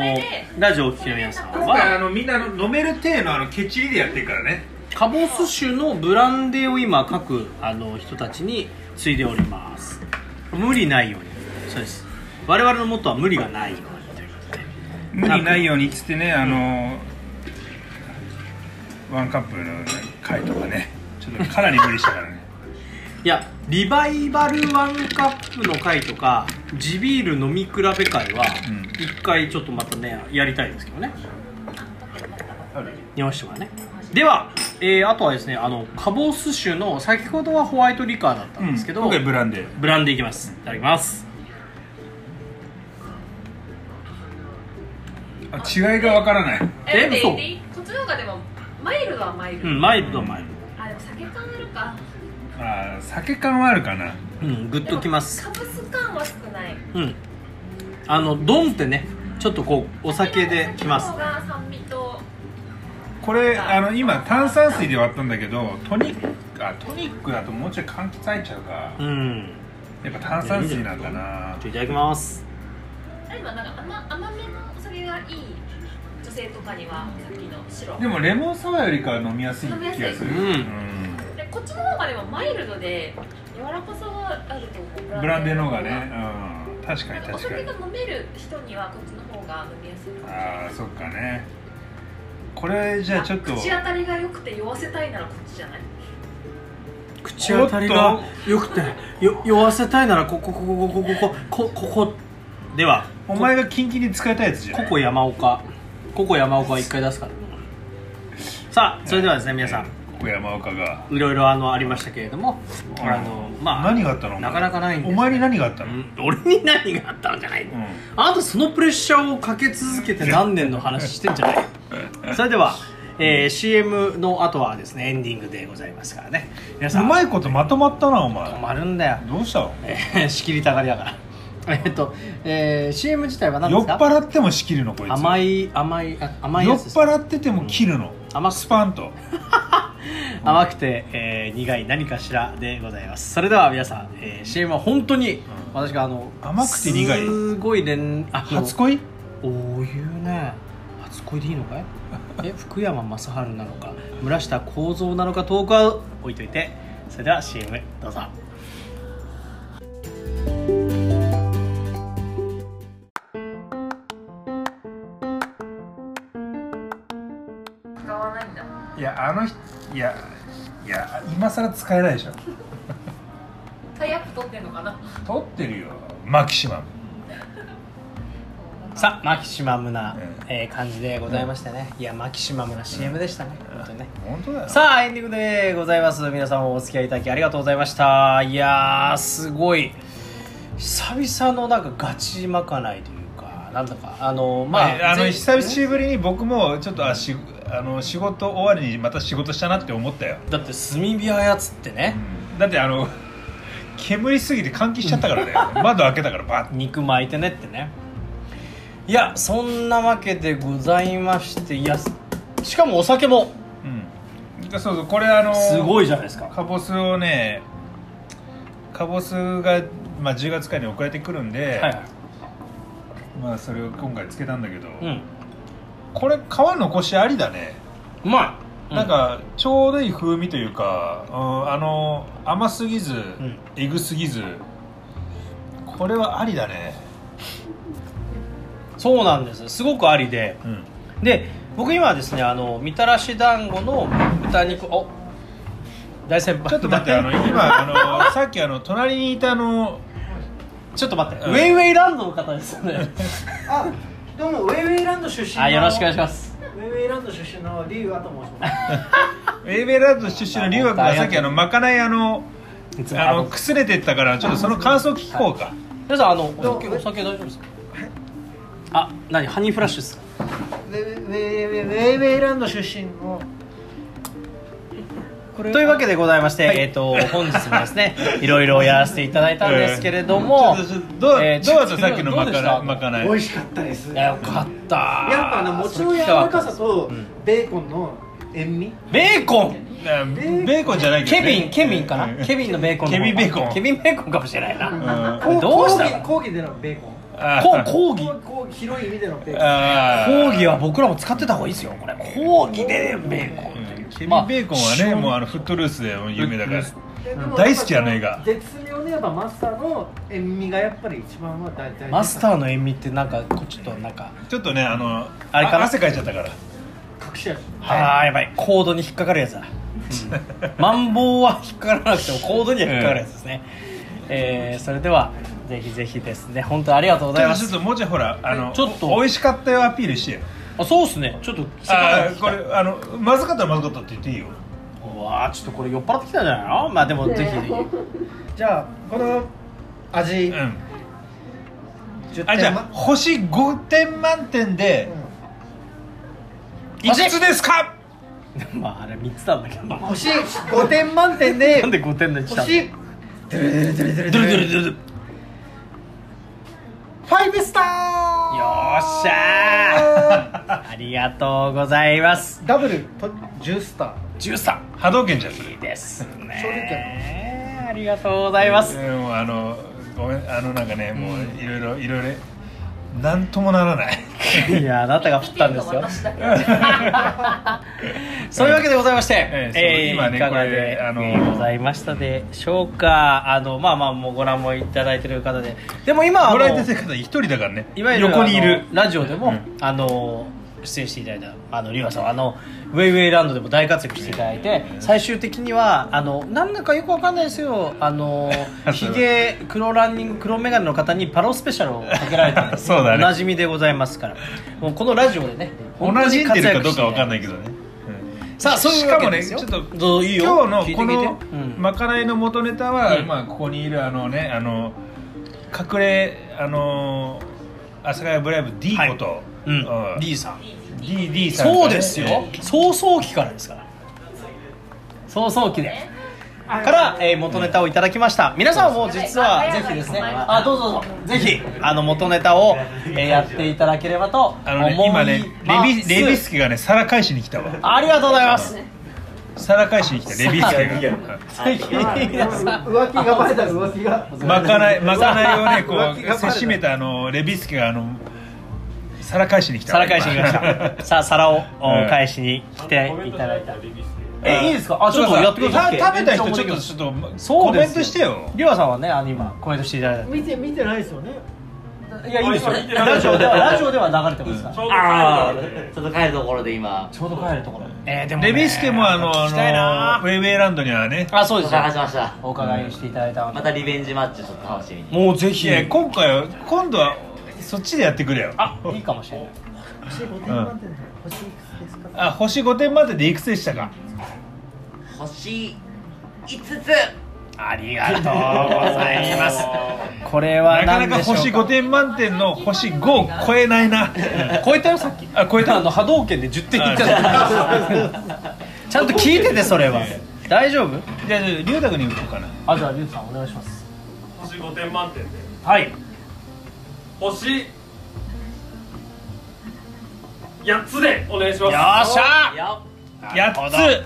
Speaker 1: ラジオを聴きの皆さん
Speaker 2: 今回あ
Speaker 1: は
Speaker 2: のみんなの飲める程のあのケチりでやってるからね
Speaker 1: カボス酒のブランデーを今各あの人たちに継いでおります無理ないようにそうです我々のモットーは無理がないようにということで
Speaker 2: 無理ないようにっつってねあのワンカップの回とかねちょっとかなり無理したからね
Speaker 1: いやリバイバルワンカップの会とか地ビール飲み比べ会は
Speaker 2: うん
Speaker 1: 一回ちょっとまたねやりたいですけどね
Speaker 2: ある
Speaker 1: 庭師匠がねでは、えーあとはですねあのカボス酒の先ほどはホワイトリカーだったんですけど、
Speaker 2: 今回ブランデー
Speaker 1: ブランデーいきますいただきます
Speaker 2: あ違いがわからない
Speaker 1: え
Speaker 3: え、で、
Speaker 1: 嘘
Speaker 3: でこっちの方がでも、マイルドはマイル
Speaker 1: う
Speaker 3: ド。
Speaker 1: んマイルドマイル
Speaker 3: あ、でも酒感あるか。
Speaker 2: あー酒感はあるかな
Speaker 1: ドうんグッときます
Speaker 3: でもカブス感は少ない。
Speaker 1: うんあのドンってねちょっとこうお酒できます
Speaker 3: お酒の方が酸味と。
Speaker 2: これあの今炭酸水で割ったんだけどトニックあトニックだともうちょい柑橘入っちゃうか
Speaker 1: うん
Speaker 2: やっぱ炭酸水なんだな
Speaker 1: じゃあいただきます
Speaker 3: あれ、今なんか甘甘めのお酒がいい女性とかには、さっきの白。
Speaker 2: でもレモンサワーよりかは飲みやすい気がする
Speaker 1: 飲みやすい
Speaker 3: でこっちの方がでもマイルドで柔らかさがあると思
Speaker 2: うん
Speaker 3: う
Speaker 2: ブランデーの方がね
Speaker 3: ブラン
Speaker 2: うん確か
Speaker 3: デ
Speaker 2: に
Speaker 3: ーの
Speaker 2: 確
Speaker 3: 方がお
Speaker 2: か
Speaker 3: 酒
Speaker 2: に
Speaker 3: が飲める人にはこっちの方が飲みやすいかもしれない
Speaker 2: ああそっかねこれじゃあちょっと
Speaker 3: 口当たりが良くて酔わせたいならこっちじゃない
Speaker 1: 口当たりがよくてよ酔わせたいならこここここここここここでは
Speaker 2: お前がキンキンに使いたいやつじゃ
Speaker 1: こ
Speaker 2: ない
Speaker 1: こ山岡ここ山岡は一回出すからさあそれではですね皆さん
Speaker 2: ここ山岡が
Speaker 1: いろいろあのありましたけれどもあのまあ
Speaker 2: 何があったのお前
Speaker 1: なかなかないんです
Speaker 2: お前に何があった
Speaker 1: う
Speaker 2: の
Speaker 1: ん俺に何があったのじゃない
Speaker 2: うん
Speaker 1: あなたそのプレッシャーをかけ続けて何年の話してんじゃない よそれでは、えー、CM の後はですねエンディングでございますからね皆さん
Speaker 2: うまいことまとまったなお
Speaker 1: 止
Speaker 2: 前
Speaker 1: まるんだよ
Speaker 2: どうしたの
Speaker 1: えー 仕切りたがりだからえーっと、えー、CM 自体は何
Speaker 2: 酔
Speaker 1: で
Speaker 2: っ
Speaker 1: すか
Speaker 2: 払っても仕切るのこいつ
Speaker 1: 甘い甘いあ甘い
Speaker 2: 酔
Speaker 1: や
Speaker 2: っ
Speaker 1: つです
Speaker 2: 払ってても切るの
Speaker 1: 甘
Speaker 2: スパンと
Speaker 1: 甘くて、えー苦い何かしらでございますそれでは皆さん、えー、CM は本当に私があの
Speaker 2: 甘くて苦い
Speaker 1: すごい連あ
Speaker 2: 初恋
Speaker 1: おお言うね初恋でいいのかいえ福山雅治なのか村下幸三なのか遠くは置いといてそれでは CM どうぞ
Speaker 3: 使わないんだ
Speaker 2: いやあの人いやいや今更使えないでしょ
Speaker 3: タイアップ取ってんのかな
Speaker 2: 取ってるよマキシマム
Speaker 1: さあマキシマムな、
Speaker 2: うん
Speaker 1: えー感じでございましたね、いやマキシマムな CM でしたね、本当にね
Speaker 2: 本当だよ
Speaker 1: さあエンディングでございます皆様お付き合いいただきありがとうございましたいやーすごい久々のなんかガチまかないというかなんだかあのまあ、
Speaker 2: あの
Speaker 1: 前
Speaker 2: 久しぶりに僕もちょっとあしあの仕事終わりにまた仕事したなって思ったよ、
Speaker 1: だって炭火操ってね、
Speaker 2: だってあの煙すぎて換気しちゃったからね窓開けたからバッて
Speaker 1: 肉巻いてねってねいやそんなわけでございましていやしかもお酒も
Speaker 2: うんそうそうこれあの
Speaker 1: すご
Speaker 2: い
Speaker 1: いじゃないですか
Speaker 2: カボスをねカボスが、まあ、10月からに送られてくるん
Speaker 1: は
Speaker 2: で、
Speaker 1: いはい
Speaker 2: まあそれを今回つけたんだけど、
Speaker 1: うん
Speaker 2: これ皮残しありだね、
Speaker 1: うまい
Speaker 2: なんかちょうどいい風味というか、うん、あの甘すぎず、
Speaker 1: ん
Speaker 2: えぐすぎずこれはありだね
Speaker 1: そうなんですすごくありで
Speaker 2: うん
Speaker 1: で僕今はですねあのみたらし団子の豚肉お大先輩
Speaker 2: ちょっと待ってあの今あのさっきあの隣にいたあの
Speaker 1: ちょっと待って、
Speaker 2: うん
Speaker 1: ウェイウェイランドの方ですよね
Speaker 4: あ、どうもウェイウェイランド出身の
Speaker 1: あよろしくお願いします
Speaker 4: ウェイウェイランド出身のリュウアと申し ます。
Speaker 2: エーベラード出身の留学がさっきあのまかないあの
Speaker 1: いつも
Speaker 2: あのくすれてったからちょっとその感想聞こうか
Speaker 1: 皆さんあのお酒お酒大丈夫ですかあ何ハニーフラッシュですか
Speaker 4: ウェイウェイウェイウェイウェイランド出身の
Speaker 1: というわけでございまして、えっ、と本日もです ねいろいろやらせていただいたんですけれども、
Speaker 2: ちょっとちょっとどう
Speaker 1: えー
Speaker 2: どうだったさっきのま
Speaker 1: どうで
Speaker 2: か
Speaker 1: した
Speaker 2: ないまかない
Speaker 4: 美味しかったです。
Speaker 1: いや
Speaker 4: や
Speaker 1: よ
Speaker 4: っ
Speaker 1: かった
Speaker 4: ぱあの餅の柔らかさと
Speaker 1: うん
Speaker 4: ベーコンの塩味。
Speaker 1: ベーコン
Speaker 2: あベーコンじゃないけ
Speaker 1: ケ
Speaker 2: どね
Speaker 1: ビンケビンかな、
Speaker 2: うん
Speaker 1: ケビンのベーコンの方
Speaker 2: ケビンベーコン
Speaker 1: ケビンベーコンかもしれないな、
Speaker 2: ん
Speaker 4: こ
Speaker 1: どうした
Speaker 4: 講義講義でのベーコン。
Speaker 2: あ
Speaker 1: こう講義
Speaker 4: こうこう広い意味でのベーコン。
Speaker 2: あ
Speaker 1: 講義は僕らも使ってた方がいいですよこれ講義でベーコンという、
Speaker 2: ケビ
Speaker 1: まあ
Speaker 2: ン・ベーコンはね、
Speaker 1: 塩
Speaker 2: もうあのフットルースで有名だから
Speaker 1: フット
Speaker 4: ででも
Speaker 2: 大好きあの映画
Speaker 4: 絶妙にやっぱマスターの塩味がやっぱり一番は大体。
Speaker 1: マスターの塩味ってなんかこうちょっとなんか
Speaker 2: ちょっとねあの
Speaker 1: あれかな
Speaker 2: 汗かいちゃったから
Speaker 4: 隠し味
Speaker 1: ああやばいコードに引っかかるやつだ、マンボウは引っかからなくてもコードには引っかかるやつですね、えーそれではぜひぜひですね本当にありがとうござい
Speaker 2: た
Speaker 1: ま
Speaker 2: だちょっ
Speaker 1: す
Speaker 2: ともうちょいほらあの
Speaker 1: ちょっと
Speaker 2: お美味しかったよアピールしてよ
Speaker 1: あそうっすねちょっと
Speaker 2: あーこ
Speaker 1: これ
Speaker 2: れあのまずかったらまずかったって言っていいよ
Speaker 1: うわーちょっとこれ酔っ払ってきたんじゃないのまあでもぜひ
Speaker 4: じゃあこの
Speaker 2: う
Speaker 4: 味
Speaker 2: ん
Speaker 4: 10
Speaker 2: あじゃ
Speaker 4: 点
Speaker 2: あ
Speaker 4: ま
Speaker 2: 星5点満点でいくつですか
Speaker 1: まああれ3つなんだけどな
Speaker 4: 星5点満点で
Speaker 1: んで5点の1たの
Speaker 4: 星ドゥルドゥルドゥルドゥルドゥルドゥル
Speaker 2: ル
Speaker 4: 5スター
Speaker 1: よっしゃーありがとうございます
Speaker 4: ダブルと10スタ
Speaker 1: 13
Speaker 2: 波動拳じゃんそれ
Speaker 1: いいですね
Speaker 4: 正直
Speaker 1: ありがとうございます
Speaker 2: えーもうあのごめんあのなんかねもういろいろいろいろなんともならない
Speaker 1: いやあなたが振ったんですよ
Speaker 3: 私だけ
Speaker 1: そういうわけでございまして、
Speaker 2: ええそう今ね
Speaker 1: いかが
Speaker 2: これ
Speaker 1: で、
Speaker 2: あの
Speaker 1: えーございましたでしょうかあのまあまあもうご覧もいただいてる方ででも今あの
Speaker 2: もらえてる方一人だからね
Speaker 1: いわゆる
Speaker 2: 横にいる
Speaker 1: あのラジオでも、
Speaker 2: うん
Speaker 1: あの出演していただいたあのリュウガさんはあのウェイウェイランドでも大活躍していただいて最終的にはあのなんだかよくわかんないですよあ のひげ黒ランニング黒眼鏡の方にパロスペシャルをかけられたんです
Speaker 2: そうだね
Speaker 1: おなじみでございますからもうこのラジオでね
Speaker 2: 同じってるかどうかわかんないいけどね
Speaker 1: さあそういう
Speaker 2: し
Speaker 1: わ
Speaker 2: か
Speaker 1: け
Speaker 2: も
Speaker 1: で
Speaker 2: ね
Speaker 1: す
Speaker 2: ち
Speaker 1: よ
Speaker 2: ょっと
Speaker 1: どういいよ
Speaker 2: 今
Speaker 1: 聞
Speaker 2: 日
Speaker 1: いて
Speaker 2: のこ
Speaker 1: 聞いて
Speaker 2: の
Speaker 1: うん
Speaker 2: まかないの元ネタは、
Speaker 1: うん
Speaker 2: まあここにいるあのねあの隠れあの阿佐ヶ谷ブライブ D こと、
Speaker 1: うん
Speaker 2: うん
Speaker 1: D さん
Speaker 2: D, D さんとね
Speaker 1: そうですよ早々期からですから早々期で
Speaker 4: ー
Speaker 1: から、えー元ネタをいただきました皆さんも実はぜひですねあどうぞどうぞぜひあの元ネタを、えーやっていただければと思います
Speaker 2: あのね今ねレビレビスキがね皿返しに来たわ
Speaker 1: ありがとうございます
Speaker 2: 皿返しに来たレビスキが
Speaker 1: 最近皆さん
Speaker 4: 浮気がバレたら浮気が
Speaker 2: まかないまかないを
Speaker 4: 浮
Speaker 2: ね
Speaker 4: 気
Speaker 2: こ
Speaker 4: が
Speaker 2: う
Speaker 4: バレた
Speaker 2: せしめたあのレビスキがあの皿返しに来たわ
Speaker 1: 皿返しに来ま したさあ皿を、お
Speaker 2: うん
Speaker 1: 返しに来ていただいたえいいですか
Speaker 2: あ
Speaker 1: あちょっとやってください
Speaker 2: た食べた人ちょっと
Speaker 1: と
Speaker 2: ちょっと
Speaker 1: そ
Speaker 2: コ
Speaker 1: うで
Speaker 2: メ
Speaker 1: す
Speaker 2: ントしてよ
Speaker 1: りょうさんはねあの今コメントしていただいた
Speaker 4: 見て見てないですよね
Speaker 1: いや、いいですよ。ラジオでは、ラジオでは流れてますから。
Speaker 5: ああちょっと帰るところで今
Speaker 1: ちょうど帰るところ。えー、でね
Speaker 2: レビスキもあの
Speaker 1: 聞きたい
Speaker 2: あ
Speaker 1: な
Speaker 2: のウェイウェイランドにはね
Speaker 1: あ、そう
Speaker 5: お
Speaker 1: です
Speaker 5: 騒
Speaker 1: よ
Speaker 5: が。せしました
Speaker 1: お伺いしていただいたので
Speaker 5: またリベンジマッチちょっと楽しみに
Speaker 1: もうぜ
Speaker 2: い
Speaker 1: ひ。
Speaker 2: や今回は今度はそっちでやってくれよ
Speaker 1: あ、いいかもしれない。
Speaker 4: 星5点満点で星いくつですか
Speaker 2: あ星5点まででいくつでしたか
Speaker 5: 星5つ
Speaker 1: ありがとうございます。 これは
Speaker 2: なかな
Speaker 1: 何
Speaker 2: か
Speaker 1: でしょうか。
Speaker 2: 星5点満点の星5を超えないな
Speaker 1: 超えたよ、さっき。
Speaker 2: あ超えた
Speaker 1: あの波動拳で10点いったからちゃんと聞い てて、それは。大丈夫。
Speaker 2: じゃあ龍太君に行こうかな
Speaker 1: あ、じゃあ、りゅうさん、お願いします。
Speaker 6: 星5点満点で
Speaker 1: はい。
Speaker 6: 星8つでお願いしま
Speaker 1: よっ
Speaker 6: す
Speaker 1: しゃー。
Speaker 5: や
Speaker 2: 8つ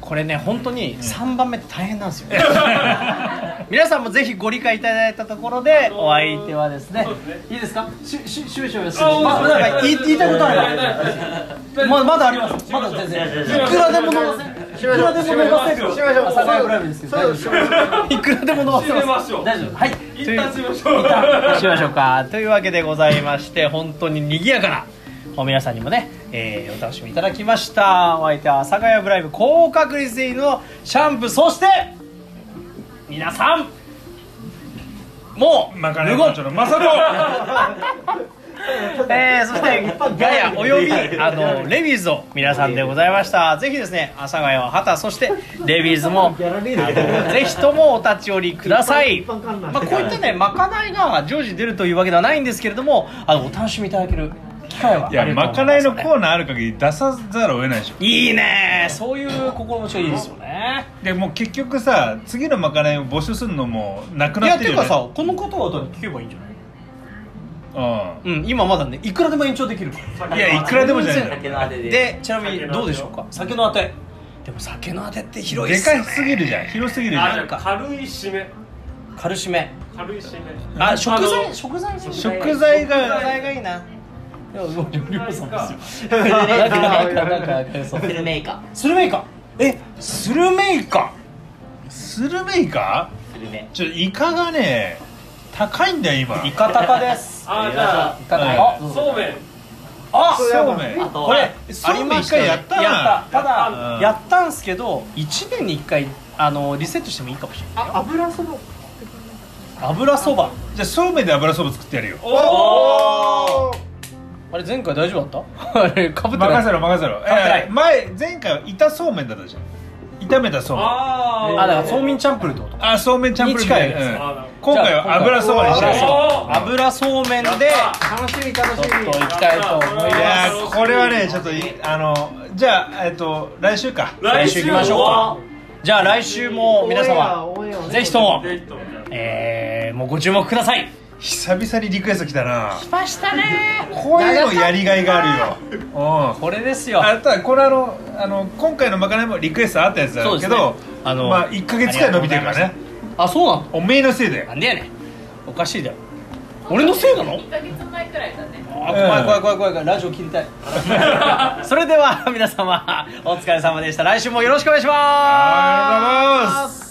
Speaker 1: これね本当に3番目って大変なんです よ、 皆さんもぜひご理解いただいたところでお相手はですね、
Speaker 6: そうですね
Speaker 1: いいですかしししゅべしゅべし
Speaker 6: あ
Speaker 1: ま
Speaker 6: そうで
Speaker 1: な
Speaker 6: すね
Speaker 1: んか言い言いたいことあ
Speaker 6: はいはい
Speaker 1: れ ばままだありますまだ全然
Speaker 5: しまし
Speaker 1: いうく
Speaker 5: ょ
Speaker 1: らでも飲ませいくらでも飲ませる
Speaker 4: しましょう
Speaker 1: 朝会ブライブですけど
Speaker 4: そう
Speaker 1: 大
Speaker 4: し
Speaker 1: 丈
Speaker 4: ましょう
Speaker 1: 夫 いくらでも飲ませ
Speaker 6: 閉めましょう
Speaker 1: 大丈夫はい
Speaker 6: 一旦しまし
Speaker 1: いったんし
Speaker 6: ょう
Speaker 1: ましょうかというわけでございまして本当に賑やかなお皆さんにもね、えーお楽しみいただきましたお相手は阿佐ヶ谷ブライブ高確率でいいのシャンプーそして皆さんもう
Speaker 2: まかない
Speaker 1: 無言
Speaker 2: 番長のマサト
Speaker 1: えーそしてガヤおよびあのレビーズを皆さんでございましたぜひですね阿佐ヶ谷は畑そしてレビーズも
Speaker 4: ギャラリー
Speaker 1: あ
Speaker 4: だ
Speaker 1: のぜひともお立ち寄りください
Speaker 4: 一般観覧
Speaker 1: まあ、こういったねまかないが常時出るというわけではないんですけれどもあのお楽しみいただける機会はいあ
Speaker 2: や
Speaker 1: ると思います
Speaker 2: まかないのコーナーある限り出さざるを得ないでしょ
Speaker 1: いいねそういう心持ちがいいですよね
Speaker 2: でもう結局さ次のまかないを募集するのもなく
Speaker 1: い
Speaker 2: な
Speaker 1: や
Speaker 2: っててる
Speaker 1: い
Speaker 2: よ、
Speaker 1: う
Speaker 2: ね、
Speaker 1: かさこの方々に聞けばいいんじゃない
Speaker 2: うん
Speaker 1: うん今まだねいくらでも延長できるから
Speaker 2: いやいくらでもじゃないんだよ
Speaker 5: 酒のあれで
Speaker 1: でちなみにどうでしょうか酒のあてでも酒のあてって広いっ
Speaker 2: です
Speaker 1: よね
Speaker 2: かすぎるじゃん広すぎるじ
Speaker 6: あ
Speaker 2: ゃ
Speaker 6: じゃ
Speaker 2: ん
Speaker 6: あ軽い締め
Speaker 1: 軽しめ
Speaker 6: 軽い締め
Speaker 1: あ食
Speaker 6: あ
Speaker 1: 材
Speaker 6: の
Speaker 1: 食材食
Speaker 2: 食材が
Speaker 1: 食材がいいないやもう料理屋さんですよ
Speaker 5: スルメ
Speaker 1: なんか
Speaker 5: イカ
Speaker 1: なんかなんかそう
Speaker 5: スルメイカ
Speaker 1: スルメイカえスルメイカ
Speaker 2: スルメイカ
Speaker 5: スルメ
Speaker 2: ちょイカがね高いんだよ今
Speaker 1: イカタカです
Speaker 6: あじゃ
Speaker 1: イカタカ
Speaker 2: はい
Speaker 1: あ
Speaker 6: あそうめん
Speaker 1: あ
Speaker 2: そうめ
Speaker 5: あ
Speaker 2: ん
Speaker 5: と
Speaker 1: これ
Speaker 2: そうめん一回やったな
Speaker 1: やったた
Speaker 2: う
Speaker 1: だ
Speaker 2: ん
Speaker 1: やったんすけど1年に1回あのリセットしてもいいかもしれない
Speaker 4: あ油そば
Speaker 1: 油そば
Speaker 2: じゃあそうめんで油そば作ってやるよ
Speaker 1: おあれ前回大丈夫だった あれかぶってな
Speaker 2: 任
Speaker 1: い
Speaker 2: せろ任せろ
Speaker 1: ってない
Speaker 2: えー前前回は板そうめんだったじゃん炒めたそうめん
Speaker 6: あー
Speaker 1: あだからそうみんチャンプルってこと
Speaker 2: あそうめんチャンプルーね
Speaker 1: に近いや
Speaker 2: うん
Speaker 6: あーなるほ
Speaker 2: 今回は油そばにし
Speaker 1: じゃあ
Speaker 2: て
Speaker 1: 今回
Speaker 2: るよ
Speaker 1: は
Speaker 6: おー
Speaker 1: 油そうめんで
Speaker 4: 楽しみ楽し
Speaker 1: ちょっ
Speaker 4: み
Speaker 1: と行きたいと思い
Speaker 2: い
Speaker 1: ま
Speaker 2: や
Speaker 1: す
Speaker 2: ーこれはねちょっといあのじゃあえっと来週か
Speaker 6: ど来週
Speaker 1: 来週行きましょうかじゃあ来週も皆様
Speaker 4: オンエアオンエアをね
Speaker 1: ぜひとも
Speaker 6: デートみたいな
Speaker 1: えー、もうご注目ください
Speaker 2: 久々にリクエスト来たな
Speaker 1: 来ましたね
Speaker 2: こういうのやりがいがあるようん
Speaker 1: これですよ
Speaker 2: あただこれあのあの今回のまかないもリクエストあったやつだ
Speaker 1: そうで
Speaker 2: け
Speaker 1: すね
Speaker 2: ど、
Speaker 1: あの
Speaker 2: まあ1か月くらい伸びてるから
Speaker 1: ありが
Speaker 2: ね
Speaker 1: あそうなの
Speaker 2: おめえのせいだよ
Speaker 1: なんでやねんおかしいだろ俺のせいなの
Speaker 3: 1ヶ月前くらいだね
Speaker 1: あ怖い怖い怖い怖い怖いラジオ切りたい それでは皆様お疲れ様でした来週もよろしくお願いします
Speaker 2: ありがとうございます